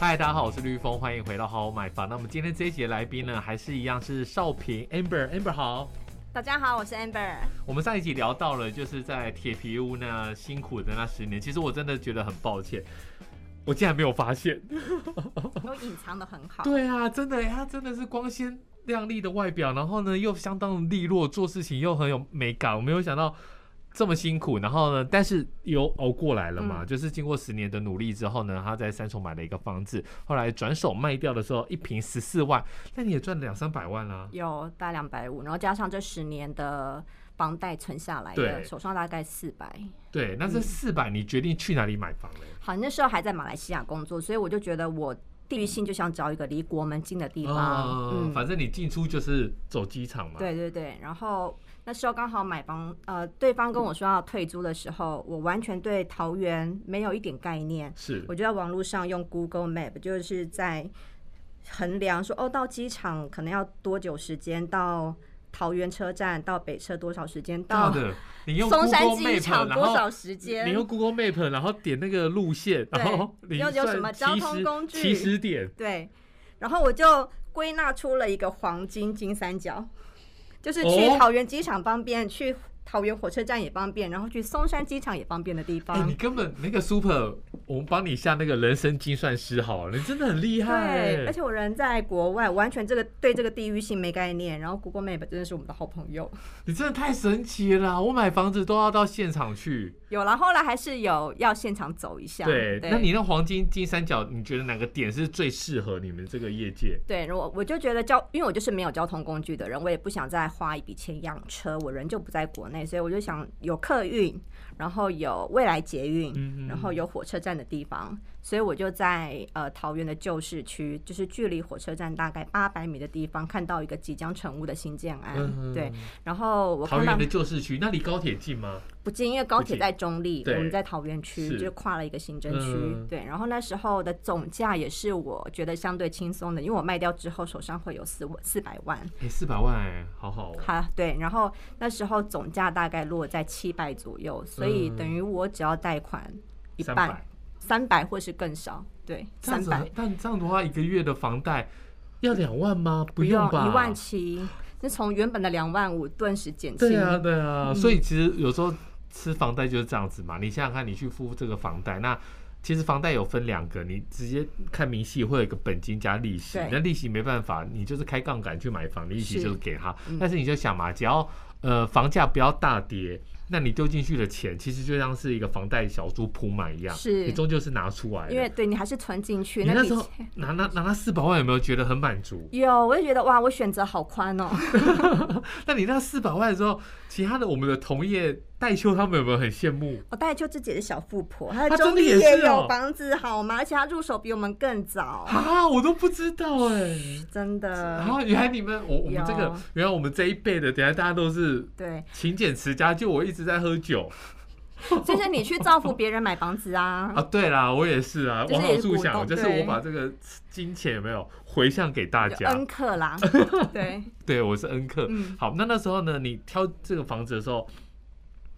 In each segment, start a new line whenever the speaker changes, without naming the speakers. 嗨，大家好，我是绿峰，欢迎回到好好买房。那我们今天这一集的来宾呢，还是一样是少平 Amber，Amber 好。
大家好，我是 Amber。
我们上一集聊到了，就是在铁皮屋那辛苦的那十年，其实我真的觉得很抱歉，我竟然没有发现。
都隐藏的很好。
对啊，真的耶，他真的是光鲜亮丽的外表，然后呢又相当利落，做事情又很有美感。我没有想到这么辛苦，然后呢，但是又熬过来了嘛。就是经过十年的努力之后呢，他在三重买了一个房子，后来转手卖掉的时候，一平十四万，那你也赚了两三百万啊啦、
有大概两百五，然后加上这十年的房贷存下来
对
的，手上大概四百。
对，那这四百你决定去哪里买房嘞？
好，那时候还在马来西亚工作，所以我就觉得我地域性就想找一个离国门近的地方。
嗯，反正你进出就是走机场嘛。
对对对，然后那时候刚好买房，呃，对方跟我说要退租的时候，我完全对桃园没有一点概念，
是
我就在网络上用 Google Map，就是在衡量说，哦，到机场可能要多久时间，到桃园车站，到北车多少时间，
大
到
的，啊你用
松山
Google Map，
机场
然
多
后
少时间
你？用 Google Map，然后点那个路线，
对
然后你
又有什么
算
交通
起始
工具
起始点，
对，然后我就归纳出了一个黄金金三角，就是去
哦
桃园机场方便，去桃园火车站也方便，然后去松山机场也方便的地
哎、
方
你。根本那个 Super，我们帮你下那个人生精算师好了，你真的很厉害、
对，而且我人在国外，完全这个对这个地域性没概念。然后 Google Map 真的是我们的好朋友。
你真的太神奇了啦！我买房子都要到现场去。
有啦，后来还是有要现场走一下。
对，那你那黄金金三角，你觉得哪个点是最适合你们这个业界？
对，然后我我就觉得交，因为我就是没有交通工具的人，我也不想再花一笔钱养车，我人就不在国内，所以我就想有客运，然后有未来捷运，
嗯嗯
然后有火车站的地方，所以我就在呃桃园的旧市区，就是距离火车站大概八百米的地方，看到一个即将成屋的新建案，
嗯
对，然后我
桃
看到
园的旧市区，那离高铁近吗？
不近，因为高
不
铁
近
在中立，
对
我们在桃园区，
是
就跨了一个行政区。
嗯
对，然后那时候的总价也是我觉得相对轻松的，因为我卖掉之后手上会有四四百万，
哎、四百万、哎，好好、哦。
哈，对，然后那时候总价大概落在七百左右，所以
嗯
等于我只要贷款一
300
半，三百或是更少，对，
这样
三
子
百，
但这样的话，一个月的房贷要两万吗？不
用
吧，
一万七，那从原本的两万五顿时减
对
轻，
啊，对
嗯
啊，所以其实有时候吃房贷就是这样子嘛。你想想看，你去付这个房贷，那其实房贷有分两个，你直接看明细会有一个本金加利息
对，
那利息没办法，你就是开杠杆去买房，利息
是嗯
就是给他。但是你就想嘛，只要呃房价不要大跌。那你丢进去的钱，其实就像是一个房贷小猪铺满一样，
是
你终究是拿出来的。
因为对你还是存进去，
你那
笔
时候
钱。
拿拿拿那四百万，有没有觉得很满足？
有，我就觉得哇，我选择好宽哦。
那你那四百万的时候，其他的我们的同业代修他们有没有很羡慕？
我大概就自己的小富婆，
她
她的
真
中
的
立
也
也
是哦
有房子好吗？而且她入手比我们更早，
啊，我都不知道哎、
真的
然。后原来你们，我我们这个
嗯有，
原来我们这一辈的，等一下大家都是
对，
勤俭持家，就我一直在喝酒
就是你去造福别人买房子啊
啊。，对啦，我也是啊，
就是
往
也
好
是
处
股
想，
东
就是
对
我把这个金钱有没有回向给大
就
家？
恩客 啦。对，
对，我是恩客。
嗯
好，那那时候呢，你挑这个房子的时候，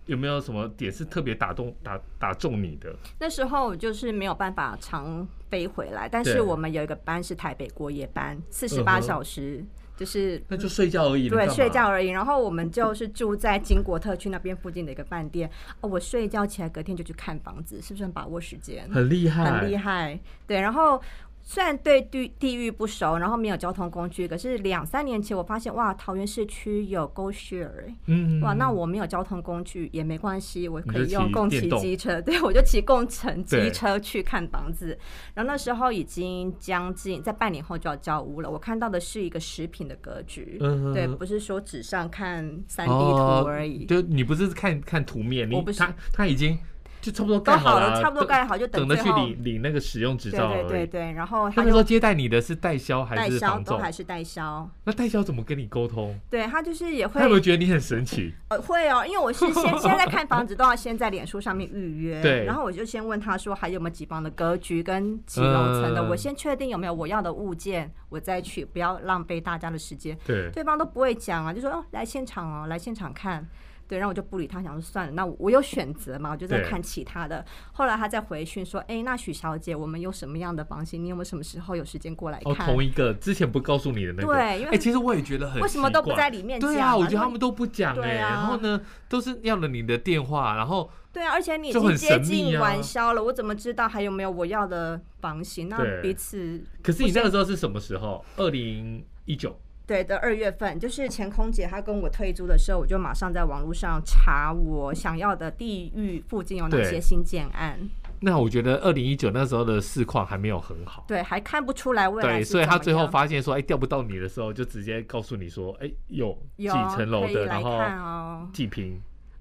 有没有什么点是特别打动打打中你的？
那时候我就是没有办法常飞回来，但
对
是我们有一个班是台北过夜班，四十
嗯
八
哼
小时，就是
那就睡觉而已，能
对，
干
睡
嘛
觉。而已。然后我们就是住在金国特区那边附近的一个饭店。哦，我睡觉起来隔天就去看房子，是不是很把握时间？
很厉害，
很厉害。对，然后虽然对地地域不熟，然后没有交通工具，可是两三年前我发现，哇，桃园市区有 Go Share，、欸
嗯，
哇，那我没有交通工具也没关系，我可
你就
以
骑
用共骑
电动
机车， 对我就骑共乘
对
机车去看房子。然后那时候已经将近在半年后就要交屋了，我看到的是一个食品的格局，
嗯哼
对，不是说纸上看三 D
哦
图而已。
就你不是看看图面，你
我不是
他他已经就差不多
都
盖
好
了啊，
了，差不多盖好就
等
最
着去
后，
领领那个使用执
对
照而
对
已。
对对，然后
他
他
们
就
说接待你的是代销还
代
是
销
房
都
仲？
还是代销，
那代销怎么跟你沟通？
对他就是也
他有没有
会
觉得你很神奇？
呃会哦，因为我是先现在看 房子都要先在脸书上面预约，
对
然后我就先问他说还有没有几房的格局跟几楼层的，
嗯
我先确定有没有我要的物件，我再去，不要浪费大家的时间。
对，
对方都不会讲啊，就说哦来现场哦，来现场看。对，然后我就不理他，想说算了，那我我有选择嘛，我就在
对
看其他的。后来他再回讯说，哎，那许小姐，我们有什么样的房型？你有没有什么时候有时间过来
哦，
看？
同一个之前不告诉你的那个，
对因为
哎、其实我也觉得很
为什么都不
奇怪
在里面讲、
对啊，我觉得他们都不讲
对
哎、
啊
然后呢，都是要了你的电话，然后
对啊，而且你已
就
经
很
接
神秘
近
啊
完宵了，我怎么知道还有没有我要的房型？那
对
彼此
可是你那个时候是什么时候？二零一九
对的，二月份就是前空姐她跟我退租的时候，我就马上在网络上查我想要的地域附近有哪些
对
新建案，
那我觉得二零一九那时候的市况还没有很好，
对，还看不出来未来
对，
是
所以他最
怎么
后
样
发现说，哎、调不到你的时候，就直接告诉你说，哎、有几
有
层楼
可
的，
以来
然后
看哦，
几平。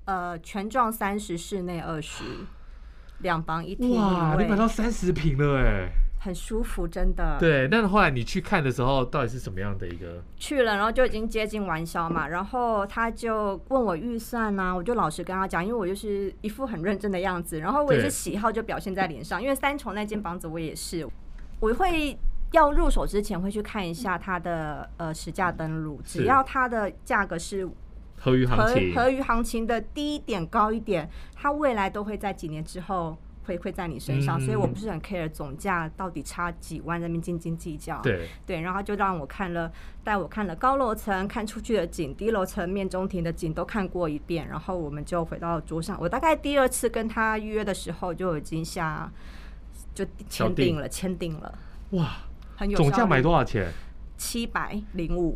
呃，全幢三十，室内二十，两房一厅
哇，
一
你
卫
买到三十平了哎、
很舒服，真的。
对，但是后来你去看的时候，到底是什么样的一个？
去了，然后就已经接近完宵嘛，然后他就问我预算呐、我就老实跟他讲，因为我就是一副很认真的样子，然后我也是
对
喜好就表现在脸上，因为三重那间房子我也是，我会要入手之前会去看一下它的呃实价登录，只
是
要它的价格是
合于行
合
情，
合于行情的低一点高一点，它未来都会在几年之后。回馈在你身上，
嗯
所以我不是很 care 总价到底差几万，在那边斤斤计较。
对，
对，然后他就让我看了，带我看了高楼层，看出去的景，低楼层面中庭的景都看过一遍，然后我们就回到桌上。我大概第二次跟他约的时候就已经下就签
敲
订
定
了，签订了，
哇，
很有
总价买多少钱？
七百零五，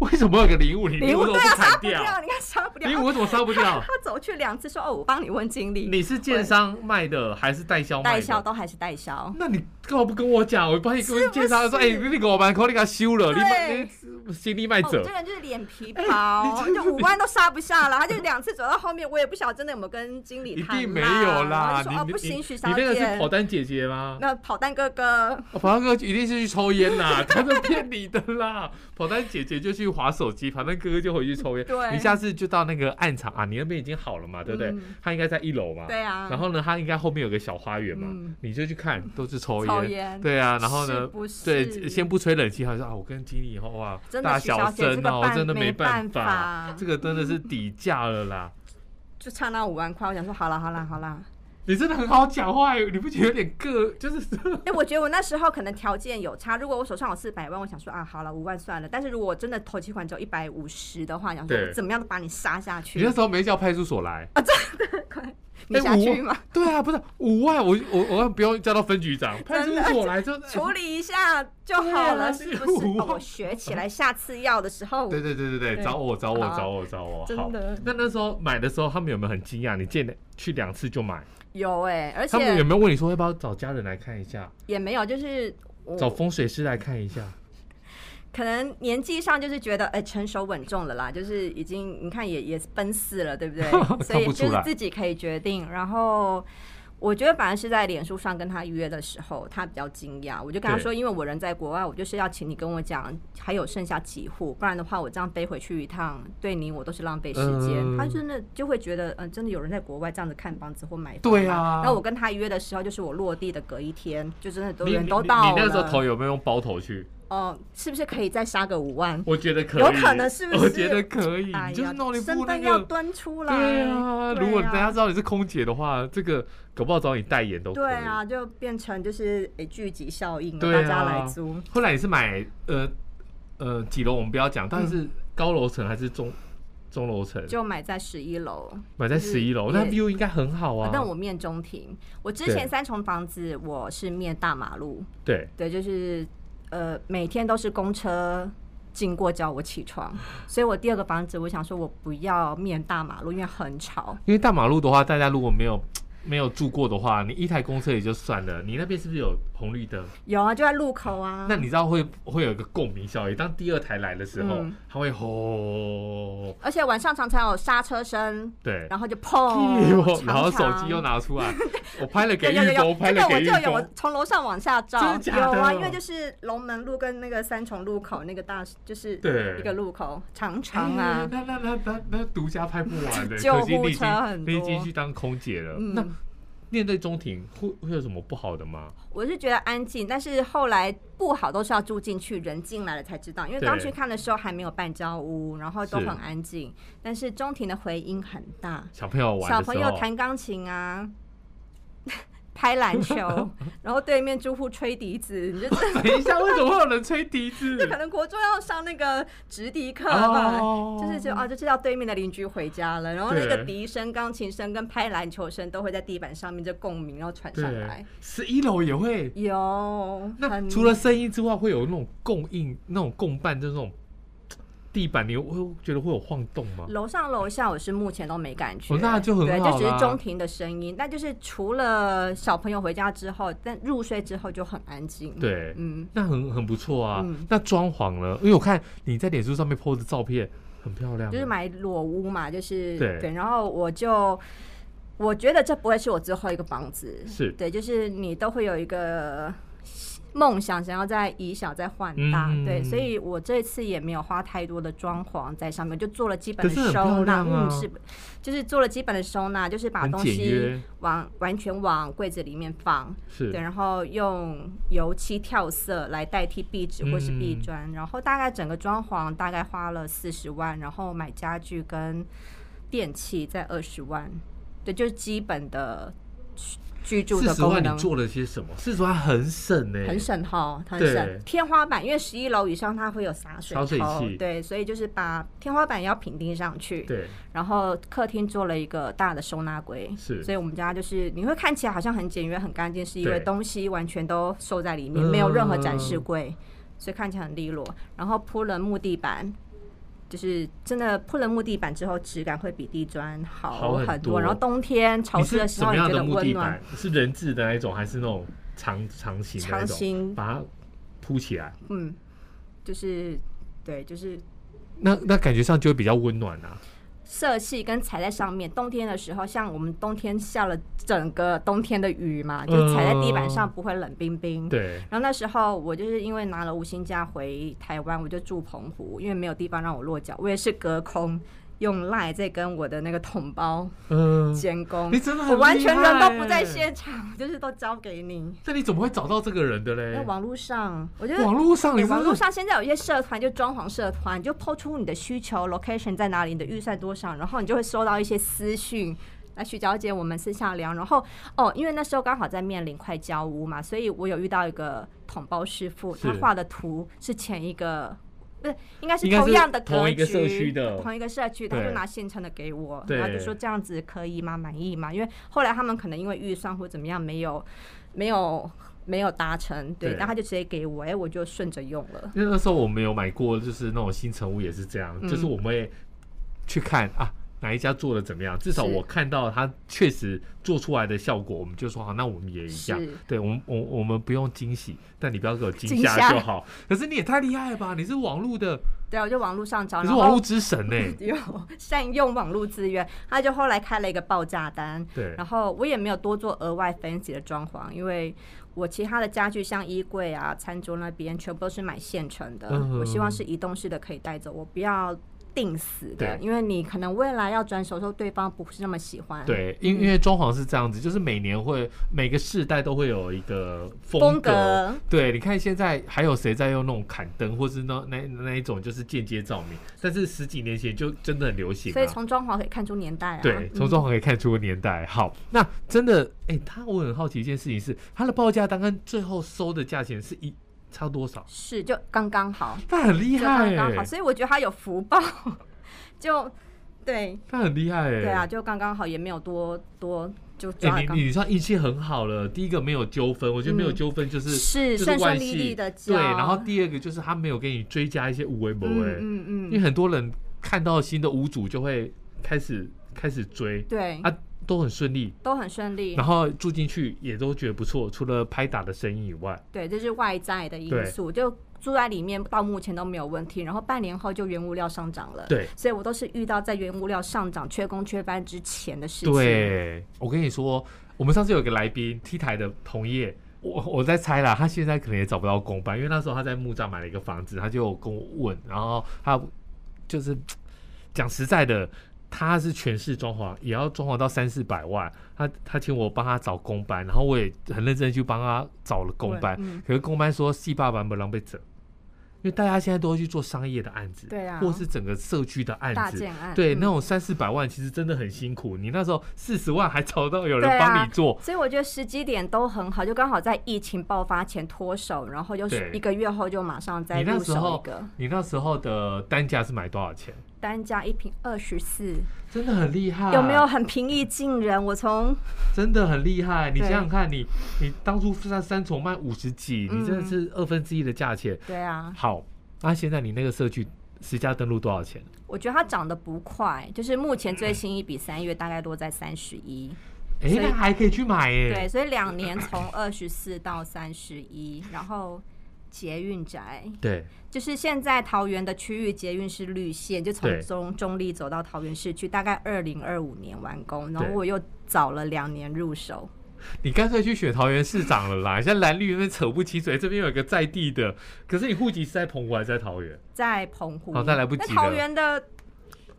为什么有个零五零
零
五
五
怎
对
么
啊，
不
杀
砍
不掉，
掉？
你看杀不掉。
零五怎么烧不 掉
他？走去两次说哦，我帮你问经理，
你是建商卖的还是代销卖的？
代销都还是代销。
那你干嘛不跟我讲？我帮你跟介绍说，哎、
是
你那个我把口你给他修了，你
对
把你心力卖
哦，我
者
这，个人就是脸皮
哎
薄，就五万都杀不下了。他就两次走到后面，我也不晓得真的有没有跟经理
一
谈啦，
定没有啦
然
你
后！就说哦，
你
不
你
行，许小
你
姐，
那个是跑单姐姐吗？
那跑蛋哥哥，
哦跑单哥一定是去抽烟啦， 他是骗你的啦。跑单姐姐就去划手机，跑单哥哥就回去抽烟。
对
你下次就到那个暗场啊，你那边已经好了嘛，对不对？
嗯
他应该在一楼嘛。
对啊，
然后呢，他应该后面有个小花园嘛，
嗯
你就去看，都是抽烟。
抽烟，
对啊，然后
是
呢，
不是
对，先不吹冷气，他说啊，我跟经理以后哇，
真的
大
许小姐这
声
个
啊，我
办
真的
没
办
办法
这个真的是底价了啦。
就差那五万块，我想说好了好了好了，
你真的很好讲话，你不觉得有点个就是
哎，我觉得我那时候可能条件有差，如果我手上有四百万，我想说啊好了五万算了，但是如果我真的头期款只有一百五十的话，想说
对
我怎么样都把你杀下
你那
去，
时候没叫派出所来？
你下去
五
吗？
对啊，不是五万，我我我不用叫到分局长，派出所来 就
处理一下就好了，
对
是
啊
不是？
五
哦
万
我学起来，下次要的时候
对对对对
对
对，找我找我
好
找我找我，
真
好
的
那那时候买的时候，他们有没有很惊讶？你见去两次就买，
有哎，而
他们有
且
没有问你说要不要找家人来看一下，
也没有就是。我
找风水师来看一下？
可能年纪上就是觉得哎、成熟稳重了啦，就是已经你看也也奔四了，对不对？所
看
以
不出
就是
来
自己可以决定。然后我觉得反而是在脸书上跟他约的时候，他比较惊讶，我就跟他说，因为我人在国外，我就是要请你跟我讲还有剩下几户，不然的话我这样飞回去一趟，对你我都是浪费时间。
嗯
他真的就会觉得，嗯、真的有人在国外这样子看房子或买房。
对啊
那我跟他约的时候，就是我落地的隔一天，就真的都
你
人都
你
到了。
你那时候头有没有用包头去？
哦，是不是可以再杀个五万？
我觉得可以，
有可能是不是
我觉得可以，
哎
你就是
呀，
弄了一
身
部那
份要
个。
端出来。
对啊，
对
如果大家
啊
知道你是空姐的话，这个搞不好找你代言都可以。
对啊，就变成就是诶聚集效应了，
对啊
大家来租。
后来你是买呃呃几楼？我们不要讲，但是高楼层还是中中楼层？
嗯就买在十一楼，
买在
就是
十一楼，那
也
view 应该很好啊。
但我面中庭。我之
对
前三重房子我是面大马路，
对
对，就是呃每天都是公车经过叫我起床，所以我第二个房子我想说我不要面大马路，因为很吵。
因为大马路的话，大家如果没有没有住过的话，你一台公车也就算了，你那边是不是有红绿灯？
有啊，就在路口啊。
那你知道会会有一个共鸣效应，当第二台来的时候
嗯，
它会吼，
而且晚上常常有刹车声，
对，
然后 就
屁
砰，
哦
常
然后手
常
机又拿 出来，我拍了
有
给
有有
玉
有
峰，拍
这个
了
我
给玉
就有，我
峰，
从楼上往下照，
真的假
有啊，
的
因为就是龙门路跟那个三重路口那个大，就是
对
一个路口，长长啊
哎，那那那那那独家拍不完的，
救
可惜
护
你已
车很
经你已经
多
去当空姐了，
嗯
那。面对中庭会会有什么不好的吗？
我是觉得安静，但是后来不好都是要住进去，人进来了才知道。因为刚
对
去看的时候还没有半交屋，然后都
是
很安静，但是中庭的回音很大，
小朋友玩
小
的时候，
朋友弹钢琴啊，拍篮球，然后对面住户吹笛子，你就 知道
等一下，为什么会有人吹笛子？
可能国中要上那个直笛课吧。
哦
就是就哦，就知道对面的邻居回家了，然后那
对
个笛声、钢琴声跟拍篮球声都会在地板上面就共鸣，然后传上来
对。，十一楼也会。
有，
那
很
除了声音之外，会有那种共应、那种共伴，就是那种地板，你会觉得会有晃动吗？
楼上楼下，我是目前都没感觉，
哦那就很
对，
好
就只
啦
是中庭的声音，但就是除了小朋友回家之后，但入睡之后就很安静。，
对，
嗯，
那很很不错啊。
嗯
那装潢呢？因为我看你在脸书上面 PO 的照片很漂亮啊，
就是买裸屋嘛，就是
对
然后我就。我觉得这不会是我最后一个房子，
是
对，就是你都会有一个梦想，想要在以小再换大，
嗯
对，所以我这次也没有花太多的装潢在上面，就做了基本
可是
的
很
收
漂
纳，
亮啊
嗯，是，就是做了基本的收纳，就是把
很
东
简
西
约，
往完全往柜子里面放，
是
对，然后用油漆跳色来代替壁纸或是壁
嗯
砖，然后大概整个装潢大概花了四十万，然后买家具跟电器在二十万，对，就是基本的居住
四
的
十
功
万你
能。
做了些什么？四十万很省欸呢、
很省哈，很
对
省。天花板因为十一楼以上它会有洒水
洒水
头
器
对，所以就是把天花板要平定上去。
对，
然后客厅做了一个大的收纳柜，
是
所以我们家就是你会看起来好像很简约、很干净，是因为
对
东西完全都收在里面，
嗯
没有任何展示柜，所以看起来很利落。然后铺了木地板，就是真的铺了木地板之后，质感会比地砖
好
好
很
很
多
然后冬天潮
你
湿的
是
时
什
候，
么
你
样
觉
的
得
木地
温暖
板？是人字的那一种，还是那种长长形的那
长
种？
形，
把它铺起来，
嗯，就是对，就是
那那感觉上就会比较温暖啊。
色系跟踩在上面，冬天的时候，像我们冬天下了整个冬天的雨嘛，
嗯
就是踩在地板上不会冷冰冰。
对，
然后那时候我就是因为拿了无薪假回台湾，我就住澎湖，因为没有地方让我落脚，我也是隔空用赖在跟我的那个同胞
嗯、
监工
你，真的很、
我完全人都不在。现场，就是都交给你。
那你怎么会找到这个人的
那
嘞？
网络上，我觉得
网络上，你
对
真
网
的
络上现在有一些社团，就装潢社团，你就抛出你的需求，location 在哪里，你的预算多少，然后你就会收到一些私讯。来，徐小姐，我们私下聊。然后哦，因为那时候刚好在面临快交屋嘛，所以我有遇到一个统包师傅，
是
他画的图是前一个，不是应该是
应该是
同样的格局，
同一个社区的
同一个社区，他就
对
拿现成的给我，
对
然后就说这样子可以吗？满意吗？因为后来他们可能因为预算或怎么样没有没有没有达成，对，
对
然后他就直接给我，哎，我就顺着用了。
因为那时候我们有买过，就是那种新成屋也是这样，
嗯
就是我们会去看啊哪一家做的怎么样，至少
是
我看到它确实做出来的效果，我们就说好，那我们也一样
是。
对我们，我我们不用惊喜，但你不要给我惊
惊
吓
吓
就好。可是你也太厉害了吧！你是网络的，
对啊，我就网络上找，
你
然
是
后嗯
网络之神欸呢、
有善用网络资源，他就后来开了一个报价单，
对，
然后我也没有多做额外 fancy 的装潢，因为我其他的家具像衣柜啊、餐桌那边全部都是买现成的，
嗯
我希望是移动式的可以带走，我不要定死的，
对
因为你可能未来要转手的时候，对方不是那么喜欢。
对，因因为装潢是这样子，就是每年会每个世代都会有一个风格。
风格
对，你看现在还有谁在用那种砍灯，或是那那那一种就是间接照明？但是十几年前就真的很流行、啊。
所以从装潢可以看出年代啊。
对，从
嗯
装潢可以看出个年代。好，那真的，哎、他我很好奇一件事情是，他的报价单跟最后收的价钱是一差多少？
是就刚刚好，
他很厉
就
害、
刚刚
欸
好，，所以我觉得他有福报，就对
他很厉害、欸，
对啊，就刚刚好，也没有多多就
哎、
抓得
你
刚。
你算运气很好了。第一个没有纠纷，我觉得没有
嗯
纠纷就是、
是
就是
顺
关
顺利
系
利的
对，然后第二个就是他没有给你追加一些无为不为，
嗯嗯
因为
嗯，
很多人看到新的屋主就会开始开始追
对，
啊，都很顺利，
都很顺利
然。后住进去也都觉得不错，除了拍打的声音以外，
对，这是外在的
对
因素，就住在里面到目前都没有问题。然后半年后就原物料上涨了，
对，
所以我都是遇到在原物料上涨、缺工缺班之前的事情。，
对，我跟你说，我们上次有个来宾 T 台的同业，我我在猜啦，他现在可能也找不到公办，因为那时候他在木栅买了一个房子，他就跟我问，然后他就是讲实在的，他是全市装潢，也要装潢到三四百万。他他请我帮他找工班，然后我也很认真地去帮他找了工班。
嗯
可是工班说戏霸版本浪费整，因为大家现在都会去做商业的案子，
对啊
或是整个社区的案
大
子。
建案，
对，
嗯
那种三四百万其实真的很辛苦。你那时候四十万还找到有人
对啊
帮你做，
所以我觉得时机点都很好，就刚好在疫情爆发前脱手，然后就是
对
一个月后就马上再
你那
入
时
手
候
一个
你那时候的单价是买多少钱？
单价一瓶二十四，
真的很厉害，
有没有？很平易近人？我 从
真的很厉害。你
对
想想看你，你当初三三重卖五十几，你真的
嗯
是二分之一的价钱。
对啊，
好，那、现在你那个社区实价登录多少钱？
我觉得它涨得不快，就是目前最新一笔三月大概落在三十一，
哎、
所以
那还可以去买耶、
对，所以两年从二十四到三十一，然后捷运宅
对
就是现在桃园的区域捷运是绿线，就从
对
中中立走到桃园市区，大概二零二五年完工，然后
对
我又早了两年入手，
你干脆去选桃园市长了啦！现 在蓝绿那边扯不清楚，诶这边有一个在地的，可是你户籍是在澎湖还是在桃园？
在澎湖，
好那来不及了
那桃园的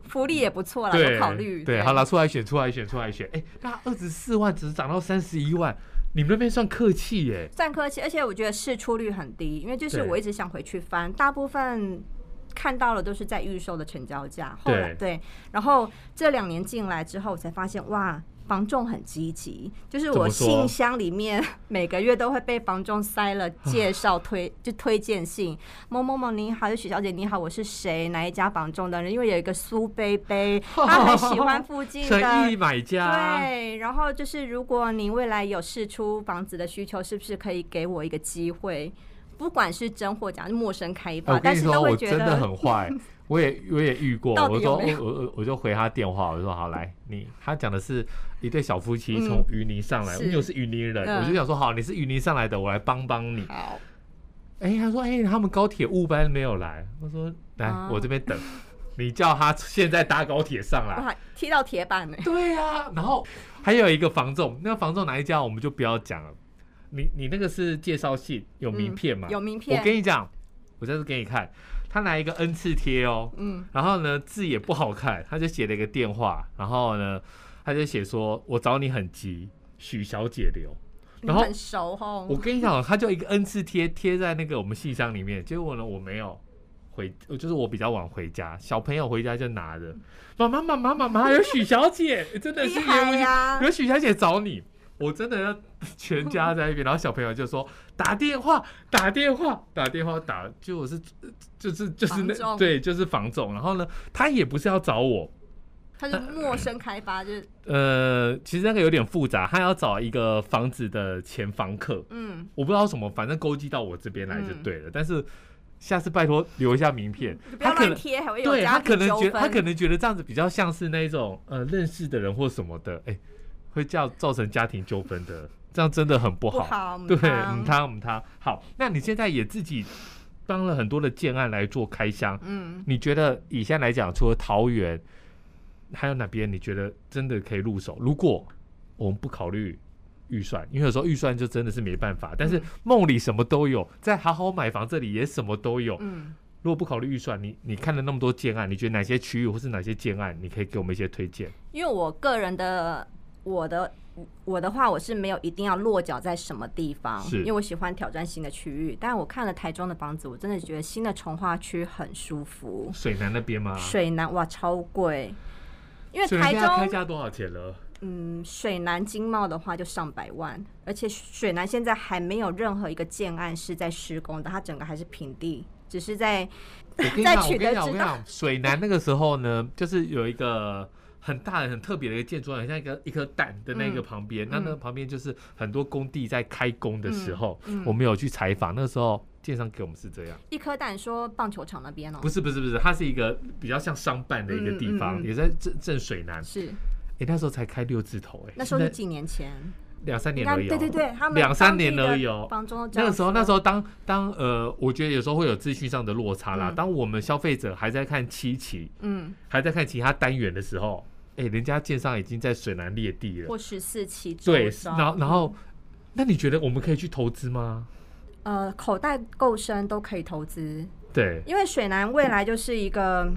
福利也不错啦，
对，
有考虑。
对，好了，，出来选，出来选，出来选。哎、那二十四万只涨到三十一万，你们那边算客气耶、
算客气，而且我觉得市出率很低，因为就是
对
我一直想回去翻，大部分。看到了都是在预售的成交价，后来对，然后这两年进来之后，我才发现哇，房仲很积极，就是
怎
我
么说
信箱里面每个月都会被房仲塞了介绍推 就推荐信，某某某你好，就许小姐你好，我是谁哪一家房仲的人，因为有一个苏贝贝，他很喜欢附近的
诚意买家，
对，然后就是如果你未来有试出房子的需求，是不是可以给我一个机会？不管是真或假，是陌生开
哎
发，
我跟
哦但
你
是
说，
都
我
会觉
真的
得
很 坏，我也我也遇过，
到底
我说
有没有
我我我我就回他电话，我说好来，你他讲的是一对小夫妻从云林上来，
嗯是
因为我是云林人，
嗯
我就想说好，你是云林上来的，我来帮帮你。
好，
哎、他说哎、他们高铁误班没有来，我说来、
啊
我这边等，你叫他现在搭高铁上来。
哇，踢到铁板呢、
对啊，然后还有一个房仲，那个房仲哪一家我们就不要讲了。你你那个是介绍信有名片吗？
嗯有名片
我跟你讲，我这次给你看，他拿一个 N 次贴哦，
嗯，
然后呢字也不好看，他就写了一个电话，然后呢他就写说我找你很急，许小姐留。
你
然后
很熟吼
我。跟你讲，他就一个 N 次贴贴在那个我们信箱里面，结果呢我没有。回就是我比较晚回家，小朋友回家就拿
嗯
着，妈妈妈妈妈妈有许小姐，真的是言
厉害啊
无信
呀、
有许小姐找你，我真的要全家在一边，然后小朋友就说打电话，打电话，打电话打，就我是就是就是
房
那
仲
对就是房总，然后呢，他也不是要找我，
他是陌生开发，就是
呃，其实那个有点复杂，他要找一个房子的前房客，
嗯，
我不知道什么，反正勾稽到我这边来就
嗯
对了，但是下次拜托留一下名片，
嗯就不
他
要
可
乱
能。
贴，还会有
对他
家
可
庭
能
纠
觉
纷。
他可能觉得这样子比较像是那种呃认识的人或什么的，哎、会叫造成家庭纠纷的，这样真的很不
不
好。
好，
对，
嗯
嗯，他嗯他好，那你现在也自己帮了很多的建案来做开箱，
嗯，
你觉得以现在来讲，除了桃园，还有哪边你觉得真的可以入手？如果我们不考虑预算，因为有时候预算就真的是没办法，
嗯
但是梦里什么都有，在好好买房这里也什么都有，
嗯，
如果不考虑预算，你你看了那么多建案，你觉得哪些区域或是哪些建案，你可以给我们一些推荐？
因为我个人的我的我的话，我是没有一定要落脚在什么地方，
是
因为我喜欢挑战新的区域。但我看了台中的房子，我真的觉得新的从化区很舒服。
水南那边吗？
水南哇，超贵，因为
水
台
啊南现在开
中
价多少钱了？
嗯，水南经贸的话就上百万，而且水南现在还没有任何一个建案是在施工的，它整个还是平地，只是在
我跟你
再
讲，我
取
跟
得
你讲，我
知
跟你
道
讲，水南那个时候呢，就是有一个很大的、很特别的一个建筑，很像一个一颗蛋的
嗯
那个旁边，那那个旁边就是很多工地在开工的
嗯
时候，我们有去采访，那时候建商给我们是这样，
一颗蛋说棒球场那边哦
不，是不是不是，它是一个比较像商办的一个地方，
嗯嗯嗯
也在镇镇水南，
是
哎、那时候才开六字头、哎，
那时候
现
是
在
几年前。
两三
应
年
该
而已、哦，
对对对，他们
两三
当地
年
的
而已哦
房中
那个时候，那时
候
候当当呃，我觉得有时候会有资讯上的落差啦。
嗯
当我们消费者还在看七期，
嗯，
还在看其他单元的时候，哎、人家建商已经在水南裂地了。
或十四期周
对，
遭
然后然后，那你觉得我们可以去投资吗？
呃，口袋够深都可以投资，
对，
因为水南未来就是一个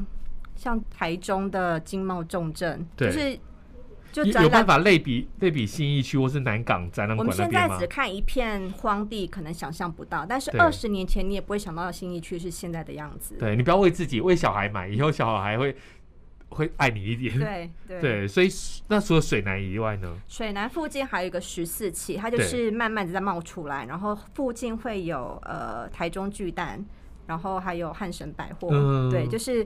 像台中的经贸重镇，
对
就是就
有
展
有办
览
法类比类比信义区或是南港展览
我
馆
们
那
现在
边吗
只？看一片荒地，可能想象不到，但是
对
二十年前你也不会想到新义区是现在的样子。
对你不要为自己为小孩买，以后小孩会会爱你一 点。
对对
对，所以那除了水南以外呢？
水南附近还有一个十四期，它就
对
是慢慢的在冒出来，然后附近会有呃台中巨蛋，然后还有汉神百货，
嗯
对，就是。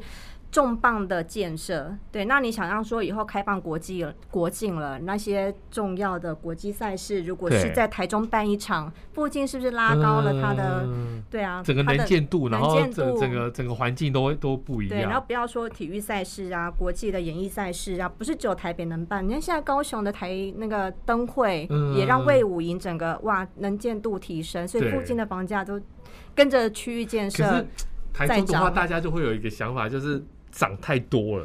重磅的建设，对，那你想象说以后开放国际了国境了，那些重要的国际赛事，如果是
对
在台中办一场，附近是不是拉高了它的？
嗯
对啊，
整个
它的
能见度，然
能
后
见
整
度
整个整个环境都会都不一
对，然后
样。
不要说体育赛事啊，国际的演艺赛事啊，不是只有台北能办。你看现在高雄的台那个灯会，
嗯
也让魏武营整个哇能见度提升，所以
对
附近的房价都跟着区域建
可是
设。
台
再
中的话，
涨
大家就会有一个想法，就是涨太多了，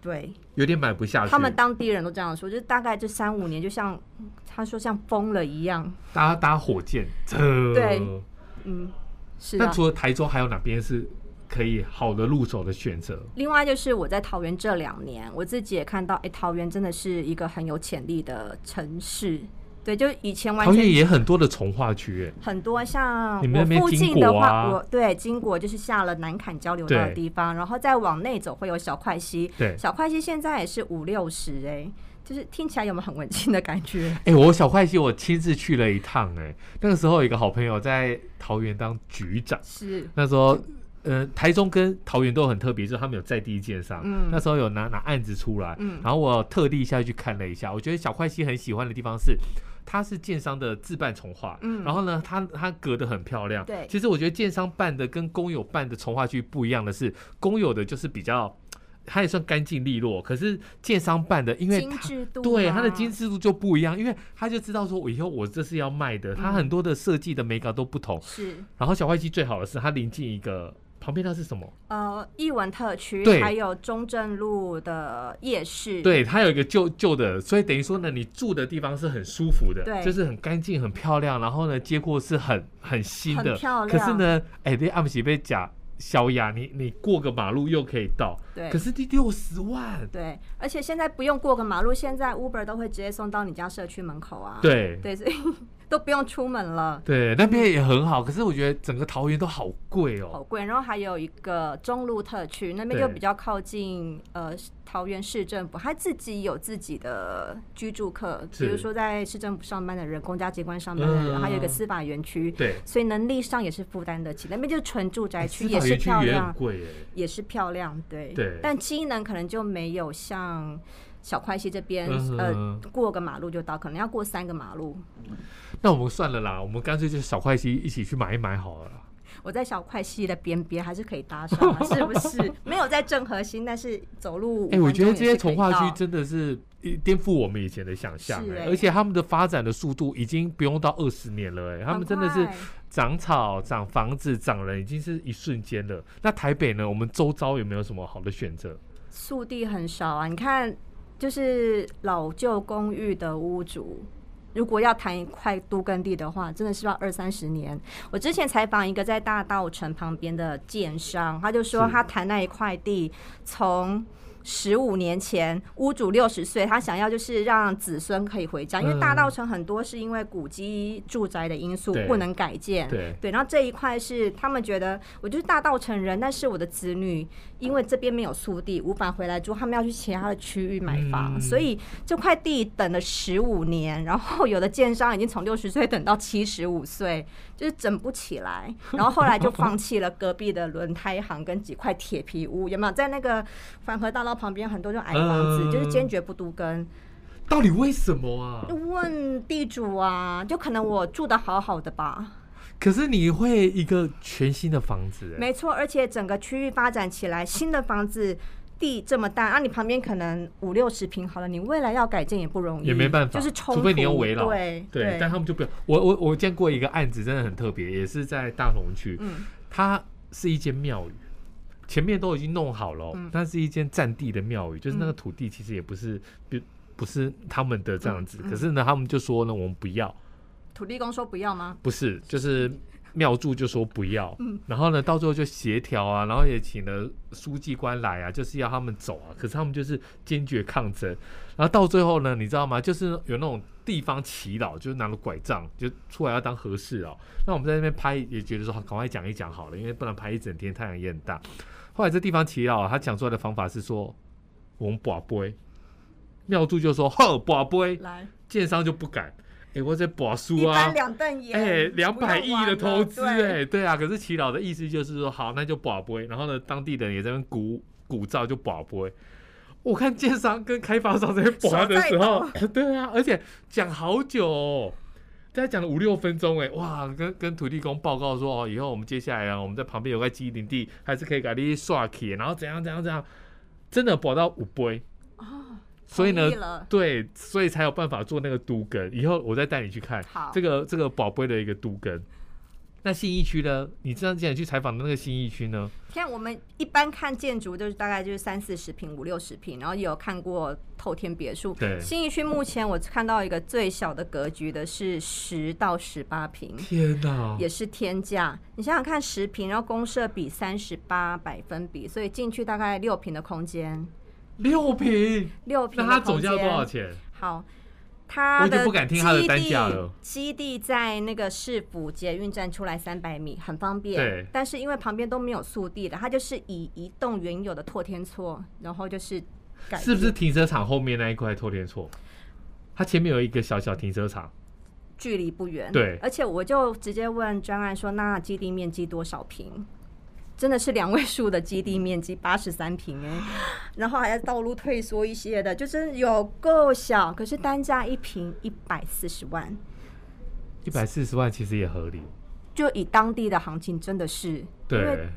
对
有点买不下去。
他们当地人都这样说，就是大概这三五年，就像他说像疯了一样。
搭搭火箭，呃
对嗯，是
那
啊。
除了台中，还有哪边是可以好的入手的选择？
另外就是我在桃园这两年，我自己也看到，哎、桃园真的是一个很有潜力的城市。对，就以前完
桃
全
园也很多的从化区、欸，
很多像
你们那
我
边
附
经
近的
国
话，
啊
我对经国就是下了南坎交流道的
对
地方，然后再往内走会有小快溪，
对
小快溪现在也是五六十哎，就是听起来有没有很文青的 感觉？
哎、我小会计我亲自去了一趟、欸，哎，那个时候有一个好朋友在桃园当局长，
是，
那时候。呃，台中跟桃园都很特别，就是他们有在地建商，
嗯
那时候有拿拿案子出来，
嗯
然后我特地下去看了一下，我觉得小快西很喜欢的地方是，它是建商的自办从化，
嗯
然后呢，它它隔得很漂亮，
对
其实我觉得建商办的跟公有办的从化区不一样的是，公有的就是比较，它也算干净利落，可是建商办的，因为
精
它
致度、啊
对它的精，致度就不一样，因为他就知道说，我以后我这是要卖的，它
嗯
很多的设计的美感都不同。
是
然后小坏机最好的是它临近一个旁边那是什么？
呃艺文特区
对，
还有中正路的夜市，
对，它有一个旧旧的，所以等于说呢，你住的地方是很舒服的，
对
就是很干净、很漂亮，然后呢，街廓是很很新
很
的。
漂
可
亮，
是呢，哎，对阿姆西被假小雅，你你过个马路又可以到，
对
可。是第六十万，
对，而且现在不用过个马路，现在 Uber 都会直接送到你家社区门口啊。
对
对，所以 都不用出门了。
对，那边也很好，可是我觉得整个桃园都好贵
好
哦。
贵，然后还有一个中路特区，那边就
对
比较靠近呃桃园市政府，他自己有自己的居住客，比
是
如说在市政府上班的人、公家机关上班的人，
嗯
还有一个司法园区，
对，
所以能力上也是负担得起。那边就是纯住宅区，
司法
也是
园区
漂
也很
亮，
贵哎、
也是漂亮，对。
对
但机能可能就没有像小快溪这边，
嗯
呃，过个马路就到，可能要过三个马路。
那我们算了啦，我们干脆就是小块西一起去买一买好了啦。
我在小块溪的边边还是可以搭 上、啊，是不是？没有在正核心，但是走路。
哎、我觉得这些从化区真的是一颠覆我们以前的想象、
是
哎，
哎
而且他们的发展的速度已经不用到二十年了、哎，他们真的是
很快
长草、长房子、长人，已经是一瞬间了。那台北呢？我们周遭有没有什么好的选择？
速地很少啊。你看，就是老旧公寓的屋主。如果要谈一块都耕地的话，真的是要二三十年。我之前采访一个在大道城旁边的建商，他就说
是
他谈那一块地，从十五年前屋主六十岁，他想要就是让子孙可以回家，因为大
嗯
道城很多是因为古迹住宅的因素
对
不能改建，
对
对，然后这一块是他们觉得我就是大道城人，但是我的子女因为这边没有速地，无法回来住，他们要去其他的区域买房，
嗯
所以这块地等了十五年，然后有的建商已经从六十岁等到七十五岁，就是整不起来，然后后来就放弃了隔壁的轮胎行跟几块铁皮屋，有没有在那个反河大道旁边很多这种矮房子，就是坚决不都跟。
到底为什么啊
就？问地主啊，就可能我住的好好的吧。
可是你会一个全新的房子、哎，
没错，而且整个区域发展起来，新的房子地这么大，啊，你旁边可能五六十平好了，你未来要改建也不容易，
也没办法，
就是冲突，
除非你用围牢。
对
对，但他们就不要。我我我见过一个案子，真的很特别，也是在大同区，
嗯，
它是一间庙宇，前面都已经弄好了哦、
嗯
它是一间占地的庙宇，就是那个土地其实也不是，不不是他们的这样子。
嗯嗯
可是呢，他们就说呢，我们不要，
土地公说不要吗？
不是，就是妙祝就说不要，然后呢，到最后就协调啊，然后也请了书记官来啊，就是要他们走啊，可是他们就是坚决抗争，然后到最后呢，你知道吗？就是有那种地方祈祷，就是拿了拐杖就出来要当和事佬，那我们在那边拍也觉得说，好赶快讲一讲好了，因为不然拍一整天太阳也很大。后来这地方祈祷、啊，他讲出来的方法是说，我们把杯，妙祝就说呵把杯，
来，
建商就不敢，哎、我在把书
一
啊，
般两瞪眼，
哎，
不要
两百亿
玩
的
了
投资，
对
哎，对啊。可是祈老的意思就是说，好，那就保不然后呢，当地的人也在那边鼓鼓噪，就保不我看建商跟开发商在那边拔的时候， 对啊，而且讲好久、哦，大概讲了五六分钟，哎，哇，跟跟土地公报告说，哦，以后我们接下来啊，我们在旁边有块基林地，还是可以给你刷起，然后怎样怎样怎样，真的保到五杯。
哦，
所以呢
同意了，
对，所以才有办法做那个都根。以后我再带你去看
好
这个这个宝贝的一个都根。那信义区呢？你这样既然去采访的那个信义区呢？
天啊，我们一般看建筑就是大概就是三四十平、五六十平，然后也有看过透天别墅。
对
新义区目前我看到一个最小的格局的是十到十八平，
天哪！
也是天价。你想想看，十平，然后公设比三十八百分比，所以进去大概六平的空间，
六平，
六平
那它
的空
总价
间
多少？钱？
好，它
我已经
的
不敢听它的
基
单价
地
了
基地在那个市府捷运站出来三百米，很方便。
对
但是因为旁边都没有速地的，它就是以一栋原有的拓天厝，然后就是改
是不
建
是停车场后面那一块透天厝？它前面有一个小小停车场，
距离不远？
对
而且我就直接问专案说，那基地面积多少平？真的是两位数的基地面积， 八十三平哎，然后还要道路退缩一些的，就是有够小，可是单价一平一百四十万，
一百四十万其实也合理。
就以当地的行情真的是，因为
对。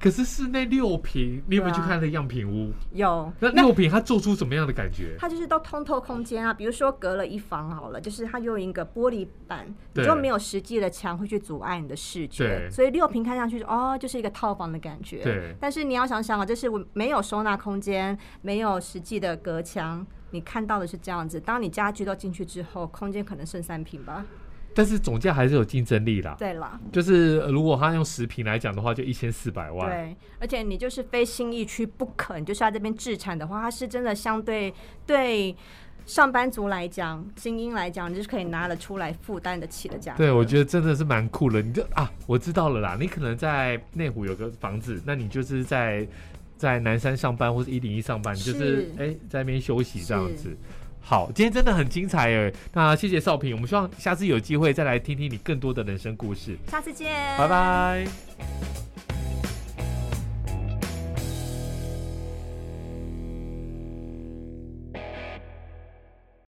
可是室内六平，你有没有去
对啊
看那样品屋？
有，
那六平它做出什么样的感觉？
它就是都通透空间啊。比如说隔了一房好了，就是它用一个玻璃板，
对
你就没有实际的墙会去阻碍你的视
对
觉，所以六平看上去就哦，就是一个套房的感觉。
对
但是你要想想啊，就是我没有收纳空间，没有实际的隔墙。你看到的是这样子，当你家具都进去之后，空间可能剩三平吧。
但是总价还是有竞争力啦。
对啦，
就是呃如果他用十平来讲的话，就一千四百万。
对，而且你就是非新义区不可，你就是要这边置产的话，它是真的相对对上班族来讲、精英来讲，你就是可以拿得出来负担得起的价格。
对，我觉得真的是蛮酷的。你就啊，我知道了啦。你可能在内湖有个房子，那你就是在在南山上班或是一零一上班，你就是
是
哎、在那边休息这样
是
子。好，今天真的很精彩哎。那谢谢少平，我们希望下次有机会再来听听你更多的人生故事。
下次见，
拜。拜。